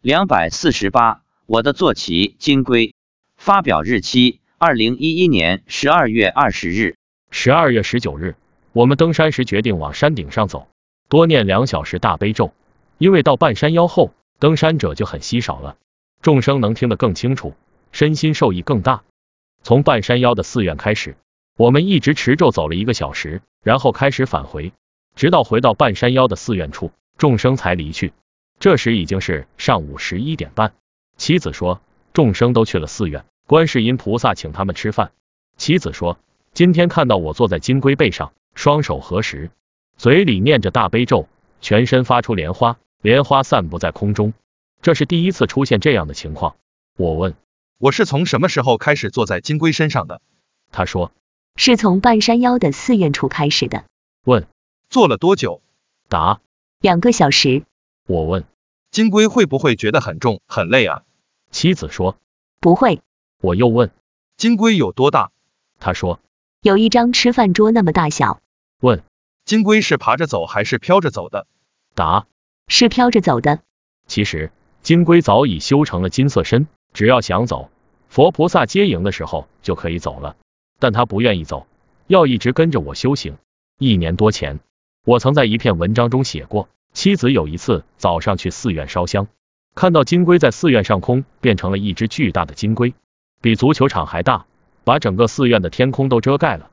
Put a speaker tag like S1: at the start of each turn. S1: 两百四十八，我的坐骑金龟，发表日期二零一一年十二月二十日。
S2: 十二月十九日，我们登山时决定往山顶上走，多念两小时大悲咒，因为到半山腰后，登山者就很稀少了，众生能听得更清楚，身心受益更大。从半山腰的寺院开始，我们一直持咒走了一个小时，然后开始返回，直到回到半山腰的寺院处，众生才离去。这时已经是上午十一点半。妻子说，众生都去了寺院，观世音菩萨请他们吃饭。妻子说，今天看到我坐在金龟背上，双手合十，嘴里念着大悲咒，全身发出莲花，莲花散布在空中。这是第一次出现这样的情况。我问。
S3: 我是从什么时候开始坐在金龟身上的？
S2: 他说
S4: 是从半山腰的寺院处开始的，
S3: 坐了多久？
S2: 答。
S4: 两个小时。
S2: 我问
S3: 金龟会不会觉得很重很累啊？
S2: 妻子说，
S4: 不会，
S2: 我又问
S3: 金龟有多大？
S2: 他说
S4: 有一张吃饭桌那么大小，
S3: 金龟是爬着走还是飘着走的？
S2: 答。
S4: 是飘着走的。
S2: 其实金龟早已修成了金色身，只要想走，佛菩萨接迎的时候就可以走了。但他不愿意走，要一直跟着我修行。一年多前，我曾在一篇文章中写过，妻子有一次早上去寺院烧香，看到金龟在寺院上空变成了一只巨大的金龟，比足球场还大，把整个寺院的天空都遮盖了。